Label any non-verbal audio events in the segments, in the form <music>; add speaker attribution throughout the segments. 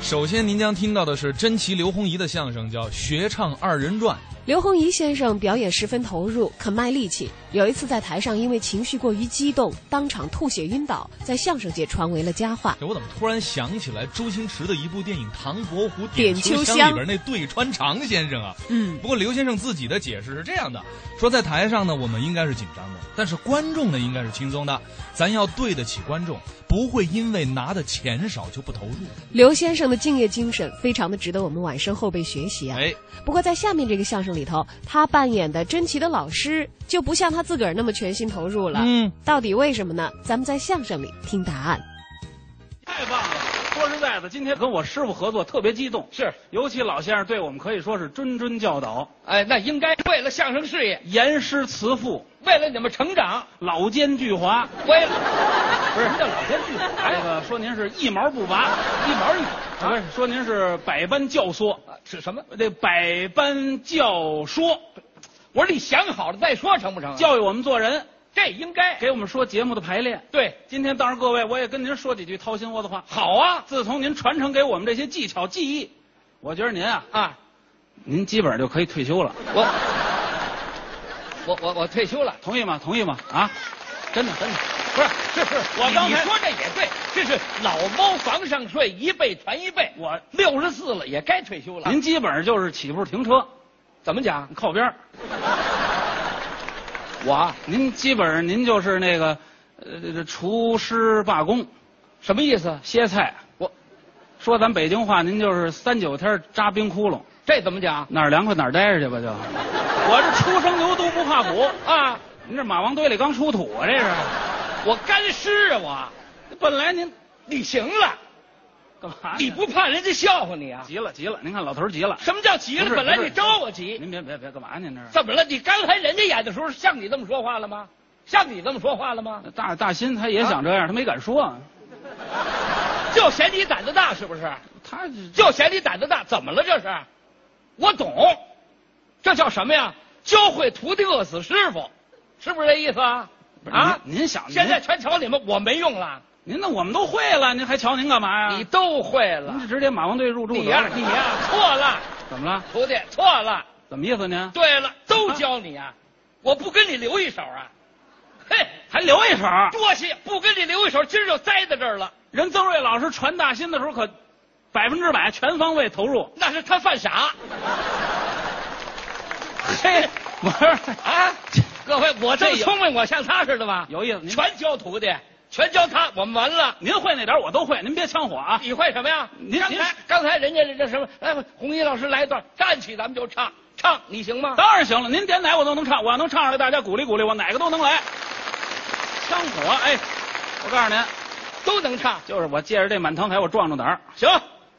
Speaker 1: 首先，您将听到的是甄奇、刘洪怡的相声，叫《学唱二人转》。
Speaker 2: 刘洪怡先生表演十分投入，肯卖力气。有一次在台上因为情绪过于激动，当场吐血晕倒，在相声界传为了佳话。
Speaker 1: 我怎么突然想起来周星驰的一部电影《唐伯虎
Speaker 2: 点
Speaker 1: 秋
Speaker 2: 秋
Speaker 1: 香》
Speaker 2: 香
Speaker 1: 里边那对穿肠先生啊？
Speaker 2: 嗯，
Speaker 1: 不过刘先生自己的解释是这样的：说在台上呢，我们应该是紧张的，但是观众呢应该是轻松的。咱要对得起观众，不会因为拿的钱少就不投入。
Speaker 2: 刘先生的敬业精神非常的值得我们晚生后辈学习啊。
Speaker 1: 哎，
Speaker 2: 不过在下面这个相声里头，他扮演的甄奇的老师就不像他自个儿那么全心投入了。
Speaker 1: 嗯，
Speaker 2: 到底为什么呢？咱们在相声里听答案。
Speaker 3: 太棒了！说实在的，今天跟我师傅合作特别激动，
Speaker 4: 是，
Speaker 3: 尤其老先生对我们可以说是谆谆教导，
Speaker 4: 哎，那应该为了相声事业，
Speaker 3: 严师慈父，
Speaker 4: 为了你们成长，
Speaker 3: 老奸巨猾。 <laughs>
Speaker 4: 为了
Speaker 3: 不是叫老奸巨
Speaker 4: 哎
Speaker 3: 猾这个说您是一毛不拔，一毛一拔，不是说您是百般教唆，
Speaker 4: 啊是什么？
Speaker 3: 这百般教说，
Speaker 4: 我说你想好了再说成不成啊？
Speaker 3: 教育我们做人，
Speaker 4: 这应该
Speaker 3: 给我们说节目的排练。
Speaker 4: 对，
Speaker 3: 今天当着各位，我也跟您说几句掏心窝子话。
Speaker 4: 好啊
Speaker 3: 自从您传承给我们这些技巧技艺，我觉得您啊，
Speaker 4: 啊！
Speaker 3: 您基本上就可以退休了。
Speaker 4: 我我我我退休了，
Speaker 3: 同意吗？同意吗？啊，真的真的，
Speaker 4: 不是是是，
Speaker 3: 我
Speaker 4: 你
Speaker 3: 刚
Speaker 4: 你
Speaker 3: 才
Speaker 4: 说这也对，这是老猫房上睡，一辈传一辈。
Speaker 3: 我
Speaker 4: 六十四了，也该退休了。
Speaker 3: 您基本上就是起步停车
Speaker 4: 怎么讲？
Speaker 3: 靠边儿
Speaker 4: 我啊
Speaker 3: 您基本上您就是那个，呃，这这厨师罢工
Speaker 4: 什么意思？
Speaker 3: 歇菜。啊
Speaker 4: 我
Speaker 3: 说咱北京话，您就是三九天扎冰窟窿，
Speaker 4: 这怎么讲
Speaker 3: 哪儿凉快哪儿待着去吧就。我这初生牛犊不怕虎，
Speaker 4: 啊？
Speaker 3: 您这马王堆里刚出土啊，这是。
Speaker 4: 我干尸啊
Speaker 3: 本来您
Speaker 4: 我！你行了，
Speaker 3: 干嘛去？
Speaker 4: 你不怕人家笑话你啊？
Speaker 3: 急了急了？您看老头儿急了。
Speaker 4: 什么叫急
Speaker 3: 不
Speaker 4: 了？
Speaker 3: 是
Speaker 4: 本来
Speaker 3: 不
Speaker 4: 你
Speaker 3: 是
Speaker 4: 招我急，
Speaker 3: 您别别别，干嘛您这是？
Speaker 4: 怎么了？你刚才人家演的时候像你这么说话了吗？像你这么说话了吗？
Speaker 3: 大大新他也想这样，他没敢说啊。
Speaker 4: 就嫌你胆子大是不是？
Speaker 3: 他这
Speaker 4: 就嫌你胆子大，怎么了这是？我懂，这叫什么呀？教会徒弟饿死师傅，是不是这意思啊？
Speaker 3: 不是
Speaker 4: 啊！
Speaker 3: 您您想
Speaker 4: 现在全瞧你们，我没用了，
Speaker 3: 您那我们都会了，您还瞧您干嘛呀？
Speaker 4: 你都会了
Speaker 3: 您就。直接马王队入住
Speaker 4: 你呀、
Speaker 3: 得了
Speaker 4: 你呀、错了，
Speaker 3: 怎么了？
Speaker 4: 徒弟错了。
Speaker 3: 怎么意思您？
Speaker 4: 对了，都教你啊，我不跟你留一手啊，嘿，
Speaker 3: 还留一手？
Speaker 4: 多谢，不跟你留一手，今儿就栽在这儿了。
Speaker 3: 人曾瑞老师传大新的时候可百分之百全方位投入。
Speaker 4: 那是他犯傻
Speaker 3: 嘿，我说
Speaker 4: 啊！各位，我这
Speaker 3: 这
Speaker 4: 么
Speaker 3: 有
Speaker 4: 聪明，我像他似的吗？
Speaker 3: 有意思，您
Speaker 4: 全教徒弟，全教他，我们完了。
Speaker 3: 您会那点儿我都会，您别呛火啊。
Speaker 4: 你会什么呀？
Speaker 3: 您
Speaker 4: 刚才刚才人家那什么，哎，红衣老师来一段，站起咱们就唱，唱你行吗？
Speaker 3: 当然行了，您点哪我都能唱，我要能唱上来，大家鼓励鼓励我，哪个都能来。呛火，哎，我告诉您，
Speaker 4: 都能唱，
Speaker 3: 就是我借着这满堂海，我壮壮胆儿。
Speaker 4: 行，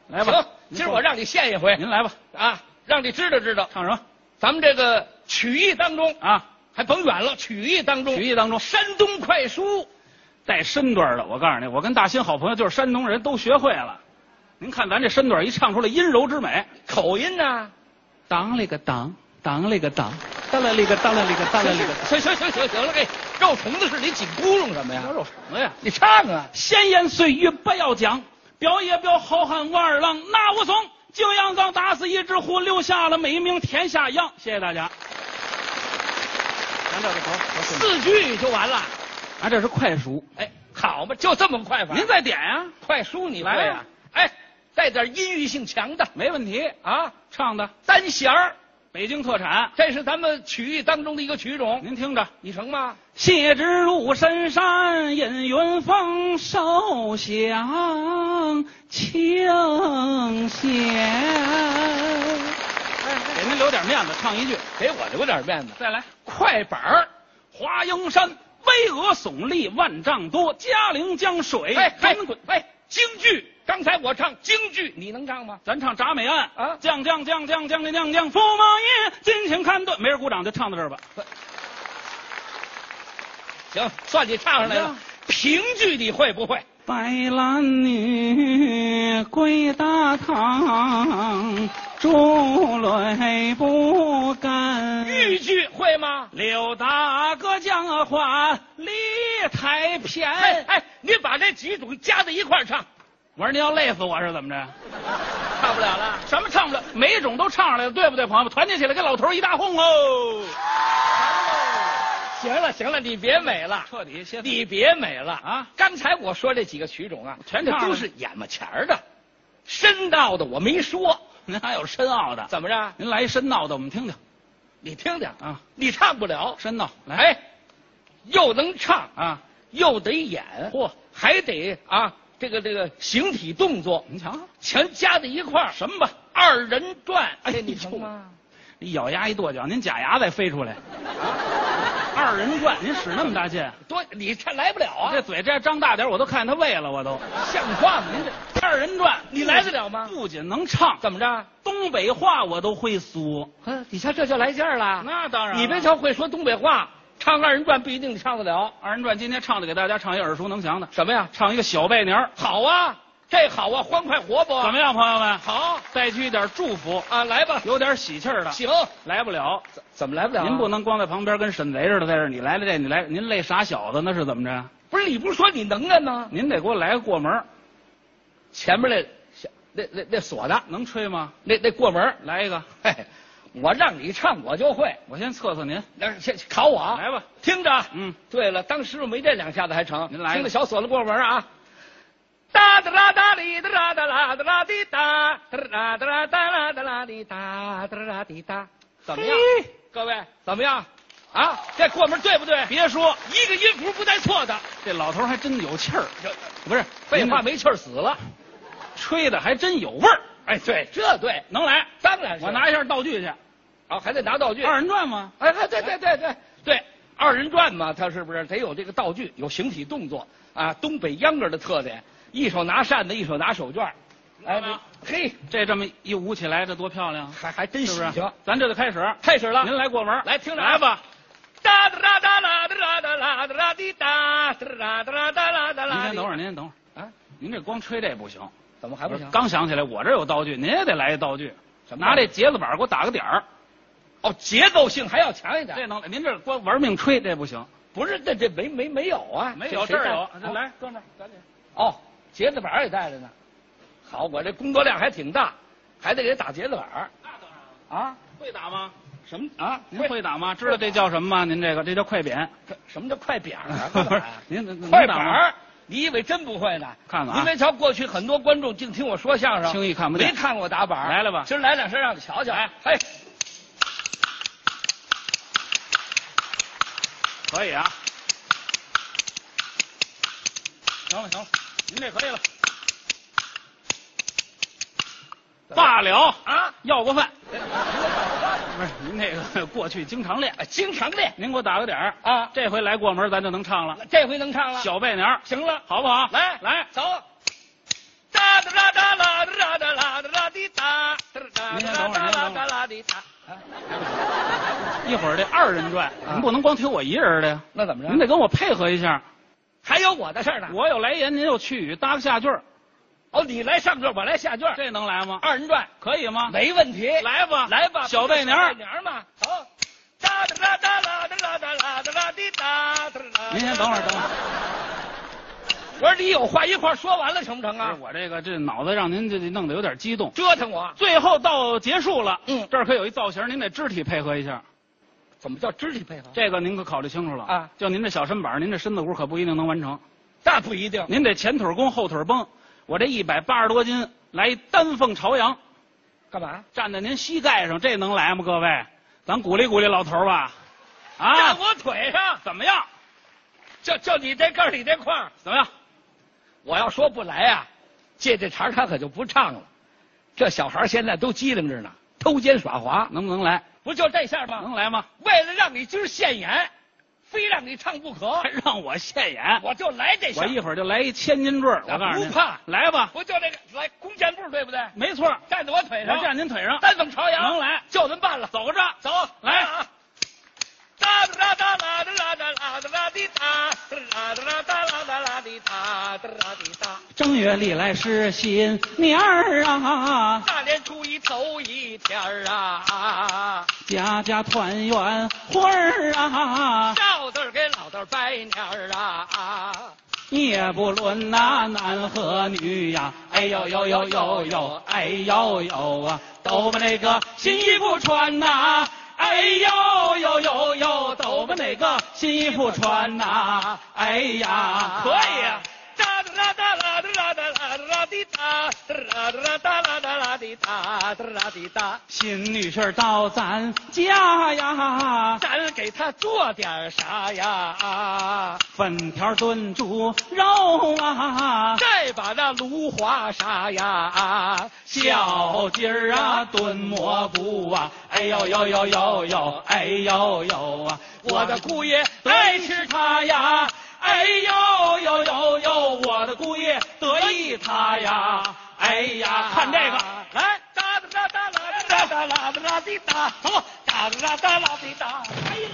Speaker 3: 来吧
Speaker 4: 行，
Speaker 3: 您
Speaker 4: 今儿
Speaker 3: 说
Speaker 4: 我让你现一回
Speaker 3: 您来吧，
Speaker 4: 啊，让你知道知道，
Speaker 3: 唱什么
Speaker 4: 咱们这个曲艺当中，
Speaker 3: 啊？
Speaker 4: 还甭远了，曲艺当中，
Speaker 3: 曲艺当中
Speaker 4: 山东快书，
Speaker 3: 带身段的，我告诉你，我跟大新好朋友就是山东人，都学会了。您看咱这身段一唱出来，阴柔之美。
Speaker 4: 口音呐，
Speaker 3: 当了个当，当了个当，当了个当了个当
Speaker 4: 行行行行行行了，哎，肉虫子是你紧咕噜什么呀？
Speaker 3: 有什么呀？
Speaker 4: <laughs> 你唱啊！
Speaker 3: 闲言碎语不要讲，表也表好汉武二郎，那武松就杨刚打死一只虎，留下了美名天下扬。谢谢大家。咱这个头，头
Speaker 4: 四句就完了。
Speaker 3: 啊，这是快熟。
Speaker 4: 哎，好嘛，就这么快法。
Speaker 3: 您再点呀、
Speaker 4: 快书你会
Speaker 3: 来
Speaker 4: 啊
Speaker 3: 啊？
Speaker 4: 哎，带点音域性强的
Speaker 3: 没问题。
Speaker 4: 啊，
Speaker 3: 唱的
Speaker 4: 单弦儿，
Speaker 3: 北京特产，
Speaker 4: 这是咱们曲艺当中的一个曲种，
Speaker 3: 您听着。
Speaker 4: 你成吗？
Speaker 3: 谢之入深山，引云峰，受降清闲。给您留点面子，唱一句，
Speaker 4: 给我留点面子。
Speaker 3: 再来。
Speaker 4: 快板儿，
Speaker 3: 华蓥山，巍峨耸立万丈多，嘉陵江水
Speaker 4: 哎哎
Speaker 3: 滚滚。
Speaker 4: 哎，京剧，刚才我唱京剧，你能唱吗？
Speaker 3: 咱唱铡美案
Speaker 4: 啊
Speaker 3: 将将将将将将将将，驸马爷，金钱看断，没人鼓掌，就唱到这儿吧。
Speaker 4: 行，算你唱上来
Speaker 3: 怎
Speaker 4: 了
Speaker 3: 么样。
Speaker 4: 评剧你会不会？
Speaker 3: 白兰女归大堂，珠泪不干。
Speaker 4: 豫剧会吗？
Speaker 3: 刘大哥讲话离太偏，
Speaker 4: 哎哎哎，你把这几种加在一块儿唱，
Speaker 3: 我说您要累死我是怎么着？
Speaker 4: 唱不了了。
Speaker 3: 什么唱不了？每种都唱上来了，对不对，朋友们？团结起来，跟老头儿一大哄哦！
Speaker 4: 行了行了，你别美了，
Speaker 3: 彻底歇
Speaker 4: 你别美了
Speaker 3: 啊！
Speaker 4: 刚才我说这几个曲种啊，
Speaker 3: 全
Speaker 4: 这
Speaker 3: 唱了
Speaker 4: 都是眼巴前儿的，深奥的我
Speaker 3: <laughs>
Speaker 4: 没说。
Speaker 3: 您还有深奥的？
Speaker 4: 怎么着？
Speaker 3: 您来一深闹的，我们听听
Speaker 4: 你听听
Speaker 3: 啊！
Speaker 4: 你唱不了，
Speaker 3: 深闹来
Speaker 4: 哎，又能唱，
Speaker 3: 啊！
Speaker 4: 又得演，
Speaker 3: 嚯
Speaker 4: 还得啊，这个这个形体动作
Speaker 3: 您瞧，
Speaker 4: 全加在一块儿，
Speaker 3: 什么吧？
Speaker 4: 二人转。
Speaker 3: 哎
Speaker 4: 你
Speaker 3: 你
Speaker 4: 瞅
Speaker 3: 成吗一咬牙一跺脚，您假牙再飞出来。二人转，您使那么大劲，
Speaker 4: <laughs> 多你唱来不了啊
Speaker 3: 这，嘴这样张大点儿，我都看见他胃了，我都。
Speaker 4: 像话吗？您这
Speaker 3: 二人转，
Speaker 4: 你来得了吗
Speaker 3: 不仅能唱，
Speaker 4: 怎么着？
Speaker 3: 东北话我都会说。
Speaker 4: 啊，你瞧啊这就来劲儿了。
Speaker 3: 那当
Speaker 4: 你
Speaker 3: 你
Speaker 4: 别
Speaker 3: 别瞧
Speaker 4: 瞧会说东北话，唱二人转不一定唱得了。
Speaker 3: 二人转，今天唱的给大家唱一耳熟能详的，
Speaker 4: 什么呀？
Speaker 3: 唱一个小拜年儿
Speaker 4: 好啊，这好啊，欢快活泼。
Speaker 3: 怎么样，朋友们？
Speaker 4: 好
Speaker 3: 带去一点祝福，
Speaker 4: 啊？来吧，
Speaker 3: 有点喜气儿的。
Speaker 4: 行，
Speaker 3: 来不了，
Speaker 4: 怎么来不了啊、
Speaker 3: 您不能光在旁边跟沈贼似的，在这儿你来了这，你来，您累傻小子那是怎么着？
Speaker 4: 不是你不是说你能啊吗？
Speaker 3: 您得给我来个过门儿，
Speaker 4: 前面那小那那那唢呐，
Speaker 3: 能吹吗？
Speaker 4: 那那过门儿，
Speaker 3: 来一个，
Speaker 4: 嘿，我让你唱我就会。
Speaker 3: 我先测测您，
Speaker 4: 那先考我啊，
Speaker 3: 来吧，
Speaker 4: 听着。
Speaker 3: 嗯，
Speaker 4: 对了，当师傅没这两下子还成。
Speaker 3: 您来
Speaker 4: 听
Speaker 3: 一个
Speaker 4: 着小唢呐过门啊。哒哒啦哒哩哒啦哒啦哒啦滴哒哒啦哒啦哒啦哒啦滴哒哒啦滴哒，怎么样？
Speaker 3: 嘿
Speaker 4: 各位怎么样？啊，这过门对不对？
Speaker 3: 别说，
Speaker 4: 一个音符不带错的。
Speaker 3: 这老头儿还真有气儿，
Speaker 4: 这
Speaker 3: 不是
Speaker 4: 废话
Speaker 3: 没
Speaker 4: 没气儿死了。
Speaker 3: 吹的还真有味儿，
Speaker 4: 哎，对，这对，
Speaker 3: 能来，
Speaker 4: 当然是
Speaker 3: 我拿一下道具去，
Speaker 4: 啊，还得拿道具。
Speaker 3: 二人转吗？
Speaker 4: 哎，对对对对对，二人转嘛，它是不是得有这个道具，有形体动作啊？东北秧歌的特点，一手拿扇子，一手拿手绢儿。哎，这嘿，
Speaker 3: 这这么一舞起来，这多漂亮啊，
Speaker 4: 还还真
Speaker 3: 是不
Speaker 4: 喜
Speaker 3: 是
Speaker 4: 庆。？
Speaker 3: 咱这就开始，
Speaker 4: 开始了，
Speaker 3: 您来过门儿，
Speaker 4: 来听着啊
Speaker 3: 来吧，
Speaker 4: 哒哒哒哒啦哒啦哒啦哒啦滴哒哒啦哒啦哒啦哒
Speaker 3: 您
Speaker 4: 啦。
Speaker 3: 先等会儿，您先等会儿
Speaker 4: 啊，
Speaker 3: 您这光吹这不行，
Speaker 4: 怎么还不行？
Speaker 3: 刚想起来，我这有道具，您也得来一道具，
Speaker 4: 什么
Speaker 3: 拿这节子板给我打个点儿，
Speaker 4: 哦，节奏性还要强一点。
Speaker 3: 这能来，您这光玩命吹这不行，
Speaker 4: 不是，这这没没没有啊？
Speaker 3: 没有这
Speaker 4: 谁
Speaker 3: 儿
Speaker 4: 带
Speaker 3: 有，
Speaker 4: 啊
Speaker 3: 来哥们儿，赶紧，
Speaker 4: 哦，节子板儿也带着呢。好，我这工作量还挺大，还得给打节子板儿啊。
Speaker 3: 会打吗？
Speaker 4: 什么啊？
Speaker 3: 您会打吗？知道这叫什么吗？您这个这叫快扁，？
Speaker 4: 这什么叫快扁儿
Speaker 3: <laughs>
Speaker 4: 啊
Speaker 3: 不是您您您
Speaker 4: 快
Speaker 3: 打
Speaker 4: 板
Speaker 3: 吗
Speaker 4: 儿，你以为真不会呢？
Speaker 3: 看看啊
Speaker 4: 您别瞧过去很多观众净听我说相声，
Speaker 3: 轻易看不见
Speaker 4: 没看过我打板儿
Speaker 3: 来了吧
Speaker 4: 今儿来两声让你瞧瞧。哎，嘿，
Speaker 3: 可以啊。行了行了，您这可以了。罢了，
Speaker 4: 啊，
Speaker 3: 要过饭。
Speaker 4: 这哎
Speaker 3: <laughs> 不是您那个过去哎经常练，
Speaker 4: 经常练
Speaker 3: 您给我打个点儿，
Speaker 4: 啊，
Speaker 3: 这回来过门咱就能唱了。
Speaker 4: 这回能唱了。
Speaker 3: 小拜年儿
Speaker 4: 行了，
Speaker 3: 好不好？
Speaker 4: 来
Speaker 3: 来，
Speaker 4: 走。哒哒啦哒啦哒哒啦哒啦滴哒哒哒
Speaker 3: 您先
Speaker 4: 哒
Speaker 3: 等会儿您先
Speaker 4: 哒啦
Speaker 3: 等会
Speaker 4: 哒
Speaker 3: 儿
Speaker 4: 啦滴哒。
Speaker 3: 一会儿这二人转，
Speaker 4: 啊
Speaker 3: 您不能光听我一人的呀，
Speaker 4: 那怎么
Speaker 3: 您得跟我配合一下。
Speaker 4: 还有我的事儿呢。
Speaker 3: 我有来言，您有去语，搭个下句儿
Speaker 4: 哦，你来上句儿，我来下句儿，
Speaker 3: 这能来吗？
Speaker 4: 二人转
Speaker 3: 可以吗？
Speaker 4: 没问题。
Speaker 3: 来吧，
Speaker 4: 来吧，
Speaker 3: 小
Speaker 4: 拜
Speaker 3: 拜年儿
Speaker 4: 拜年儿嘛，好。哒哒哒哒哒啦哒啦哒啦滴哒哒啦。
Speaker 3: 您先等会儿，等会儿。
Speaker 4: <laughs> 我说你有话一块儿说完了成不成
Speaker 3: 不
Speaker 4: 啊
Speaker 3: 是？我这个这脑子让您这这弄得有点激动。
Speaker 4: 折腾我，
Speaker 3: 最后到结束了，
Speaker 4: 嗯哦
Speaker 3: 这儿可有一造型，您得肢体配合一下，
Speaker 4: 怎么叫肢体配合？
Speaker 3: 这个您可考虑清楚了
Speaker 4: 啊！
Speaker 3: 就您这小身板儿，您这身子骨可不一定能完成，
Speaker 4: 那不一定。
Speaker 3: 您得前腿弓后腿绷。我这一百八十多斤，来一丹凤朝阳，
Speaker 4: 干嘛？
Speaker 3: 站在您膝盖上，这能来吗？各位，咱鼓励鼓励老头儿吧，
Speaker 4: 站
Speaker 3: 啊，
Speaker 4: 我腿上，
Speaker 3: 怎么样？
Speaker 4: 就就你这个儿，你这块儿，
Speaker 3: 怎么样？
Speaker 4: 我要说不来啊，借这茬儿他可就不唱了。这小孩儿现在都机灵着呢，偷奸耍滑，
Speaker 3: 能不能来？
Speaker 4: 不就这下吗？
Speaker 3: 能来吗？
Speaker 4: 为了让你今儿现眼，非让你唱不可
Speaker 3: 还，让我现眼，
Speaker 4: 我就来这下
Speaker 3: 我。一会儿就来一千斤坠儿，我告诉您，
Speaker 4: 不怕
Speaker 3: 来吧，
Speaker 4: 不就这个来弓箭步对不对？
Speaker 3: 没错儿，
Speaker 4: 站在我腿
Speaker 3: 我
Speaker 4: 上，
Speaker 3: 站您腿
Speaker 4: <laughs>
Speaker 3: 上，
Speaker 4: 丹凤朝阳，
Speaker 3: 能来，
Speaker 4: 就这么办了。
Speaker 3: 走着。
Speaker 4: 走，
Speaker 3: 来
Speaker 4: 啊！哒哒哒哒哒哒哒哒哒哒滴哒，哒哒哒哒哒哒哒滴哒，哒哒滴哒。
Speaker 3: 正月里来是新年儿啊，
Speaker 4: 大年初一头一天儿啊，
Speaker 3: 家家团圆会儿啊，
Speaker 4: 赵字儿给老头儿拜年儿啊，
Speaker 3: 也不论那男和女呀，哎呦呦呦呦呦，哎呦呦啊，都把那个新衣服穿呐、哎呦呦呦呦，都把那个新衣服穿呐、哎呀，啊
Speaker 4: 可以啊呀、哒哒哒啦哒啦哒啦哒啦滴哒，哒哒哒啦哒啦滴哒，哒啦滴哒。
Speaker 3: 新女婿到咱家呀，
Speaker 4: 咱给他做点啥呀？
Speaker 3: 粉条炖猪肉啊，
Speaker 4: 再把那芦花杀呀，
Speaker 3: 小鸡儿啊炖蘑菇啊，哎呦呦呦呦呦，哎呦呦啊，
Speaker 4: 我的姑爷
Speaker 3: 爱
Speaker 4: 爱
Speaker 3: 吃
Speaker 4: 吃
Speaker 3: 它
Speaker 4: 它
Speaker 3: 呀
Speaker 4: 呀，
Speaker 3: 哎呦呦呦呦，我的姑爷得意它呀，哎呀，看这个，
Speaker 4: 来，哒哒哒啦哒哒啦哒啦滴哒，走，哒哒哒啦滴哒。哎呦，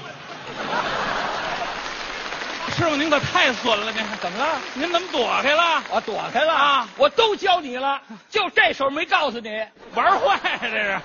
Speaker 3: 师傅您可太损了，您
Speaker 4: 怎么了？
Speaker 3: 您怎么躲开了？
Speaker 4: 我躲开了啊！我都教你了，就这手没告诉你，
Speaker 3: 玩坏了这是。